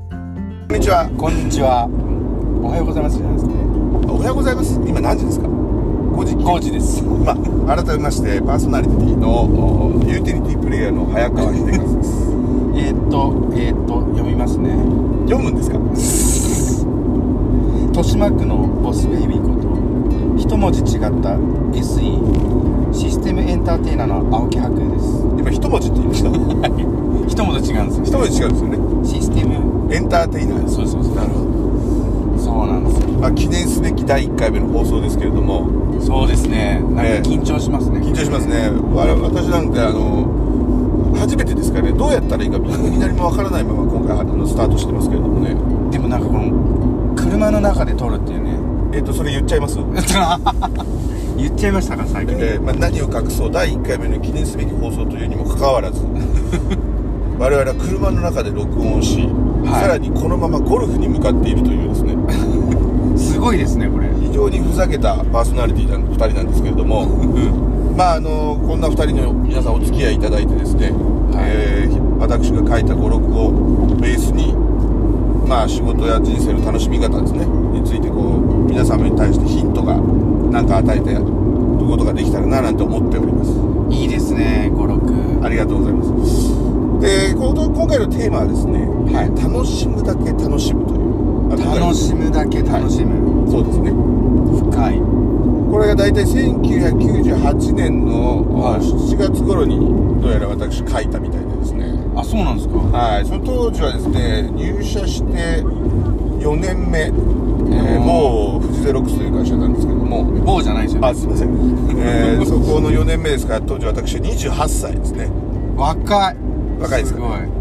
こんにちは。こんにちは。おはようございますじゃないですかね。おはようございます。今何時ですか。5時。 5時です。まあ、改めまして、パーソナリティのおユーティリティプレイヤーの早川秀和です。 えーっと、えーっと、読みますね。読むんですか。豊島区のボスベイビーこと、一文字違った SE、システムエンターテイナーの青木博也です。今一文字って言いました。一文字違うんです一よ。文字違うんですよね。システム、エンターテイナーです。そうそうそう。なるほど。そうなんですよ。まあ、記念すべき第1回目の放送ですけれども、そうですね。なんかええ緊張しますね。緊張しますね。わ私なんて、あの。初めてですからね、どうやったらいいか、何もわからないまま、今回、あの、スタートしてますけれどもね。でもなんかこの、車の中で撮るっていうね。えっ、と、それ言っちゃいます。言っちゃいましたか、最近。えーまあ、何を隠そう第1回目の記念すべき放送というにもかかわ らず我々は車の中で録音をし、はいさらにこのままゴルフに向かっているというですねすごいですね、これ。非常にふざけたパーソナリティの2人なんですけれど もまああのこんな2人の皆さんお付き合いいただいてですね、いえー私が書いた語録をベースにまあ仕事や人生の楽しみ方ですねについてこう皆様に対してヒントが何か与えてやることができたらななんて思っておりますいいですね、語録。ありがとうございます。で、この今回のテーマはですね、はい楽しむだけ楽しむという。あ楽しむだけ楽しむ。そうですね。深い。これが大体1998年の、はい7月頃にどうやら私書いたみたいでですね。あ、そうなんですか。はい、その当時はですね、入社して4年目、えーーもうフジゼロックスという会社なんですけども、棒じゃないですよね。あ、すいません。えーそこの4年目ですから、当時私は28歳ですね。若い。若いですすごいか。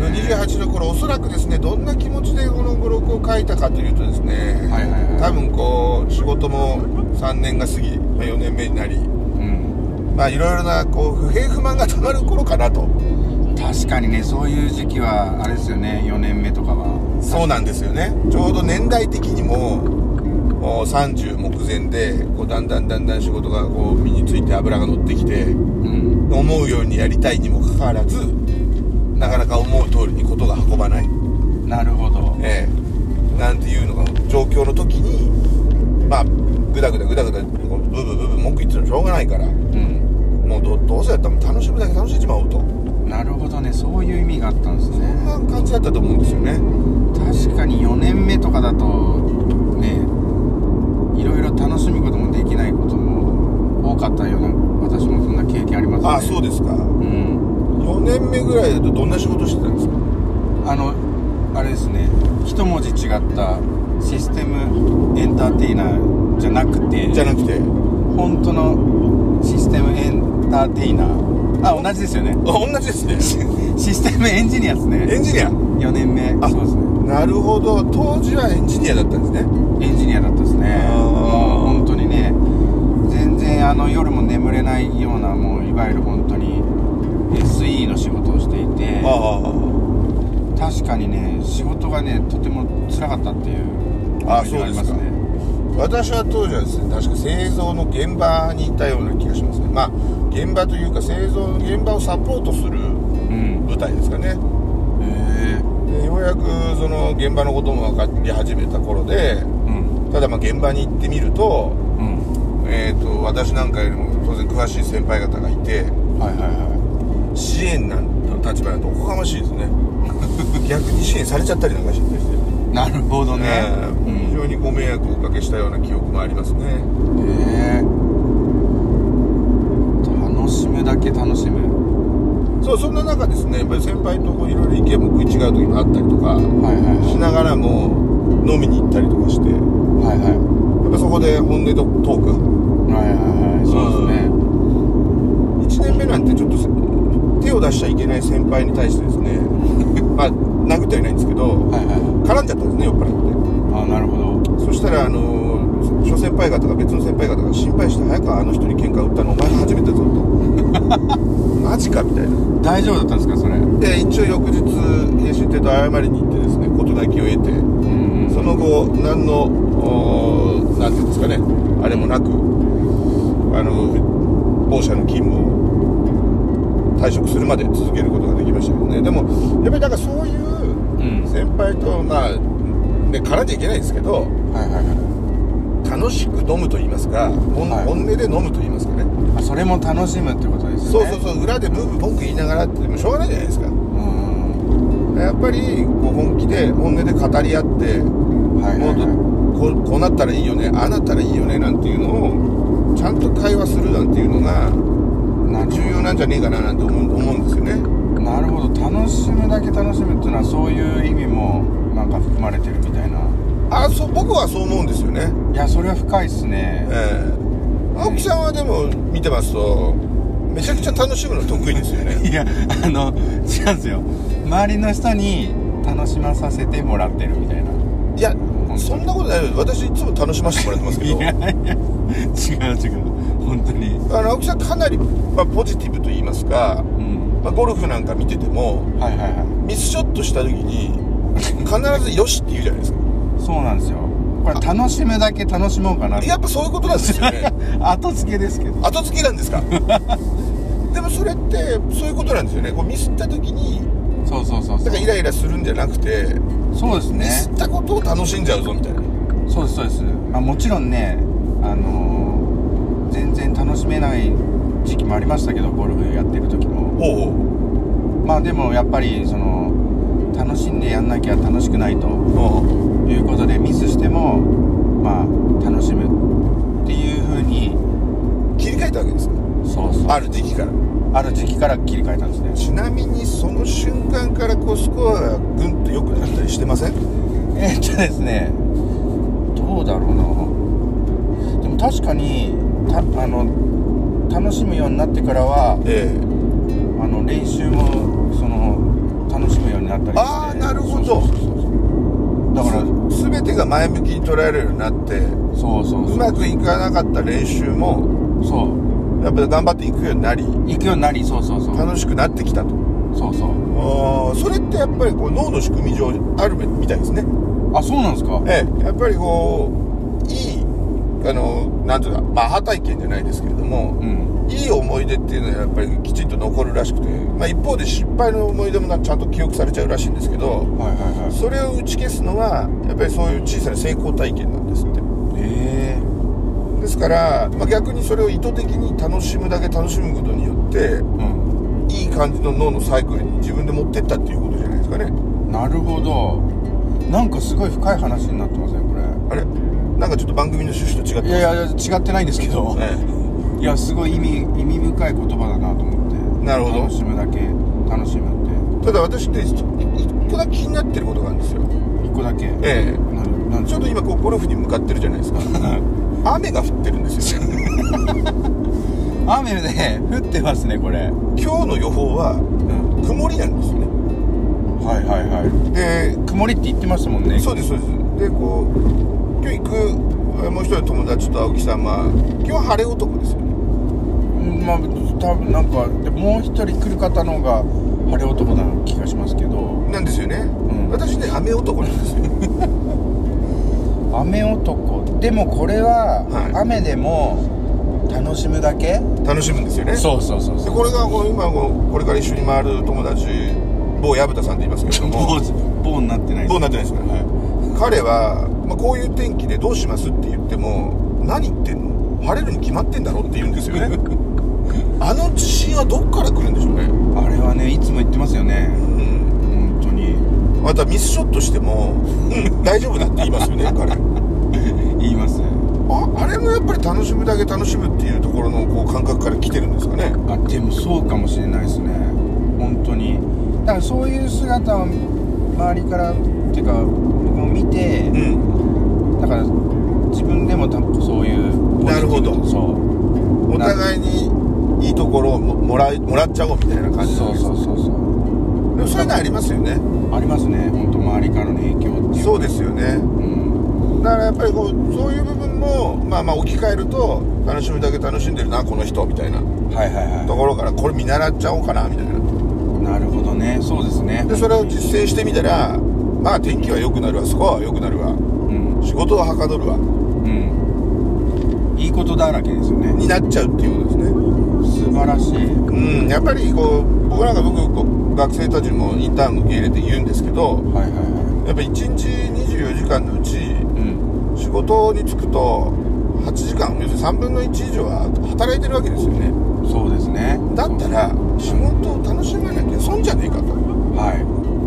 28の頃おそらくですねどんな気持ちでこの語録を書いたかというとですね、はいはいはい多分こう仕事も3年が過ぎ、まあ、4年目になりうん。まあいろいろなこう不平不満がたまる頃かなと確かにね、そういう時期は、あれですよね、4年目とかは。そうなんですよねちょうど年代的にももう30目前でこうだんだんだんだん仕事がこう身について脂が乗ってきてうん。思うようにやりたいにもかかわらずなかなか思う通りにことが運ばないなるほど。ええ、なんていうのかな状況の時にまあグダグダグダグダこうブブブブ文句言ってるのしょうがないからうん。もうどどうせやったらもう楽しむだけ楽しんでしまおうとこんなるほどね、そういう意味があったんですね。な感じだったと思うんですよね確かに4年目とかだと、ね、いろいろ楽しむこともできないことも多かったような、私もそんな経験ありますね。ああそうですかうん。 4年目ぐらいだとどんな仕事してたんですかあのあれですね一文字違ったシステムエンターテイナーじゃなくてじゃなくて本当のシステムエンターテイナーあ同じですよねあ同じですねシステムエンジニアですエねンジニア4年目あそうですねなるほど当時はエンジニアだったんですねエンジニアだったですねあーもう本当にね全然あの夜も眠れないようなもういわゆる本当に SE の仕事をしていてあ確かにね仕事がねとても辛かったっていうあ思い出がりまそうですか私は当時はですね確か製造の現場にいたような気がしますねまあ現場というか製造の現場をサポートするうん舞台ですかねへえでようやくその現場のことも分かり始めた頃でうんただまあ現場に行ってみると,、うんえー、と私なんかよりも当然詳しい先輩方がいてはいはいは支援なんの立場だとおこがましい ですね逆に支援されちゃったりなんかしてて、いなるほどねえうー非ん常にご迷惑をおかけしたような記憶もありますねへえ楽しむだけ楽しむそうそんな中ですねやっぱり先輩とこういろいろ意見も食い違う時もあったりとかはいはいしながらも飲みに行ったりとかしてやはいはいっぱそこで本音とトークはいはいはいそうですね1年目なんてちょっとせ手を出しちゃいけない先輩に対してですね まあ殴ってはいないんですけどはいはい絡んじゃったんですね酔っ払っあなるほどてそしたらあのー諸先輩方が別の先輩方が心配して早川あの人に喧嘩売ったのお前が初めてだぞと マジかみたいな大丈夫だったんですかそれうんで一応翌日編集艇と謝りに行ってですね事なきを得てうんその後何のおーなんていうんですかねあれもなくあの某社の勤務を退職するまで続けることができましたけどねでもやっぱりだからそういううん先輩とまあねからじゃいけないですけどはいはいは楽しく飲むと言いますか、ほんはい本音で飲むと言いますかねいあそれも楽しむってことですそようねそうそう裏でブーブー文句言いながらってもしょうがないじゃないですかうんやっぱりこう本気で本音で語り合ってはいはいはいもうこうこうなったらいいよねああなったらいいよねなんていうのをちゃんと会話するなんていうのがな重要なんじゃねえかななんて思う思うんですよねなるほど楽しむだけ楽しむっていうのはそういう意味もなんか含まれてるみたいなあそう僕はそう思うんですよねいやそれは深いっすねええ青木さんはでも見てますとめちゃくちゃ楽しむの得意ですよ ねいやあの違うんですよ周りの人に楽しまさせてもらってるみたいないやそんなことないです私いつも楽しませてもらってますけいどやいや違う違う本当にあの青木さんかなり、まあ、ポジティブと言いますか、うんまあ、ゴルフなんか見ててもはいはいはミスショットした時に必ず「よし」って言うじゃないですかいそうなんですよこれ楽しむだけ楽しもうかなやっぱそういうことなんですよね後付けですけど後付けなんです かでもそれってそういうことなんですよねこうミスった時にそうそうそうだそからイライラするんじゃなくてうそうですミねスったことを楽しんじゃうぞみたいなそうですそうです、まあ、もちろんねあのー全然楽しめない時期もありましたけどゴルフやってる時もおうまあでもやっぱりその楽しんでやんなきゃ楽しくないとおううんいうことでミスしてもまあ楽しむっていう風に切り替えたわけですかそうそうあある時期からる時期から切り替えたんですねちなみにその瞬間からこうスコアがぐんと良くなったりしてませんえっとですねどうだろうなでも確かにたあの楽しむようになってからはええあの練習もその楽しむようになったりしてあーなるほどそうそうそうそうだからす全てが前向きに捉えられるようになってそうそううそうまくいかなかった練習もそうやっぱり頑張っていくようになり行くようになりそうそうそう楽しくなってきたとそうそうあーそれってやっぱりこう脳の仕組み上あるみたいですねあそうなんですかええやっぱりこういいあのなんていうかまあ歯体験じゃないですけれどもうんいい思い出っていうのはやっぱりきちんと残るらしくて、まあ、一方で失敗の思い出もなちゃんと記憶されちゃうらしいんですけどはいはいはそれを打ち消すのはやっぱりそういう小さな成功体験なんですっていへえですから、まあ、逆にそれを意図的に楽しむだけ楽しむことによってうんいい感じの脳のサイクルに自分で持ってったっていうことじゃないですかねなるほどなんかすごい深い話になってませんこれあれなんかちょっと番組の趣旨と違っていやいや違ってないんですけどえいやすごい意味意味深い言葉だなと思ってなるほど楽しむだけ楽しむっえただ私ねちょ一個だけ気になってることがあるんですよて一個だけえななんえでちょうど今こうゴルフに向かってるじゃない ですか雨が降ってるんですよね雨で、降ってますねこれ今日の予報はうん曇りなんですよねはいはいはでい曇りって言ってましたもんねそうですそうですでこう今日行くえーもう一人の友達と青木さんは今日は晴れ男ですよねうんまあ多分なんかでもう一人来る方の方が晴れ男な気がしますけどなんですよね、ん私ね雨男なんですよ雨男でもこれは、はい雨でも楽しむだけ楽しむんですよねそうそうそうでそうこれがこう今こうこれから一緒に回る友達某薮田さんって言いますけれども棒棒になってない棒になってないですかは彼は、まあ、こういう天気でどうしますって言っても何言ってんの晴れるに決まってんだろって言うんですよ ねあの自信はどっから来るんでしょうね、い、あれはねいつも言ってますよねうん、本当にまたミスショットしても、うん、大丈夫だって言いますよね 彼言いますああれもやっぱり楽しむだけ楽しむっていうところのこう感覚から来てるんですかねあでもそうかもしれないですね本当にだからそういう姿を周りからっていうか僕も見て、んだから自分でも多分そういうなるほどポジティブそうお互いにいいところをももらいもらっちゃおうみたいな感じそうそううそうそでもそういうのありますよねうありますね本当周りからの影響っていうそうですよねうんだからやっぱりこうそういう部分もまあまあ置き換えると楽しむだけ楽しんでるなこの人みたいなはいはいとはころからこれ見習っちゃおうかなみたいないなるほどねそうですねでそれを実践してみたらまあ天気は良くなるわスコアは良くなるわうん仕事ははかどるわうんいいことだらけですよねになっちゃうっていうことですね素晴らしいうんやっぱりこう僕なんか僕こう学生たちもインターン受け入れて言うんですけどはいはいはやっぱ1日24時間のうちいうん仕事に就くと8時間要するに3分の1以上は働いてるわけですよねそうですねだったら仕事を楽しまなきゃ損じゃねえかとは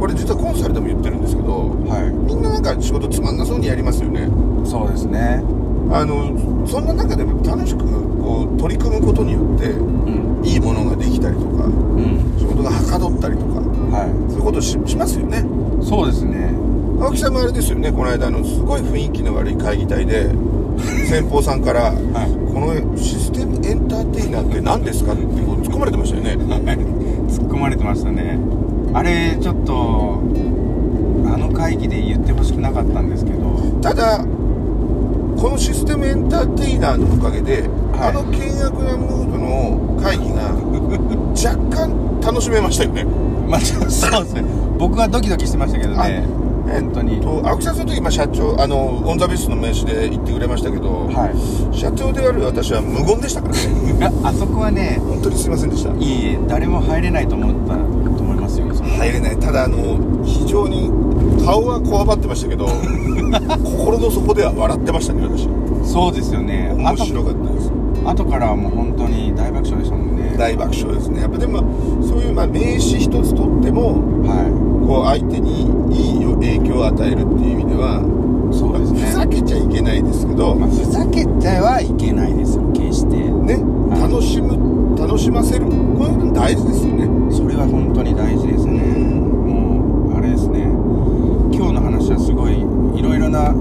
これ実はコンサルでも言ってるんですけどいはみんななんか仕事つまんなそうにやりますよねいそうですねあのそんな中でも楽しくこう取り組むことによっうんていいものができたりとかうん仕事がはかどったりとかはそういうことをししますよねいそうですね青木さんもあれですよねこの間あのすごい雰囲気の悪い会議体で先方さんから「はいこのシステムエンターテイナーって何ですか?」ってこう突っ込まれてましたよね突っ込まれてましたねあれちょっとあの会議で言ってほしくなかったんですけどただこのシステムエンターテイナーのおかげで、はいあの険悪なムードの会議 が若干楽しめましたよねまあちょっとそうですね僕はドキドキしてましたけどあね本当にと青木さんその時、まあ、社長あのオン・ザ・ベースの名刺で言ってくれましたけど、はい社長である私は無言でしたからねああそこはね 本当にすいませんでしたいえいえ誰も入れないと思ったと思いますよその入れないただあの非常に顔はこわばってま したけど心の底では笑ってましたね私そうですよね面白かったです後後からはもう本当に大爆笑でしたもんね大爆笑ですねやっぱでもそういうまあ名刺一つとってもはこう相手にいい影響を与えるっていう意味では、いそうでふすねざけちゃいけないですけど、まあふざけてはいけないですよ決してねい楽しむ楽しませるこういうの大事ですよねそれは本当に大事ですねもうあれですね今日の話はすごいいろいろな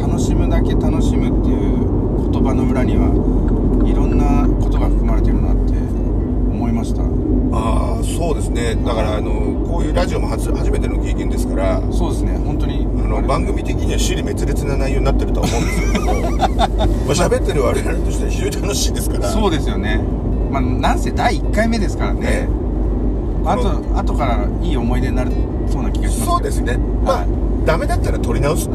楽しむだけ楽しむっていう言葉の裏にはいろんなことが含まれてるなって思いましたああそうですねだからあのこういうラジオも初初めての経験ですからそうですね本当にあの番組的には私利滅裂な内容になってるとは思うんですけど まあ喋ってる我々としては非常に楽しいですからそうですよねまあなんせ第1回目ですからねねあと後からいい思い出になるそうな気がしますそうですねまあ、はダメだったら取り直す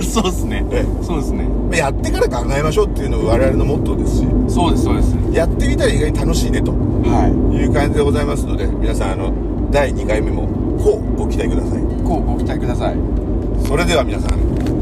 すそうですねえ そうですねまあやってから考えましょうっていうのが我々のモットーですしそうですそうですやってみたら意外に楽しいねとはいう感じでございますので皆さんあの第2回目もこうご期待くださいいこうご期待くださいそれでは皆さん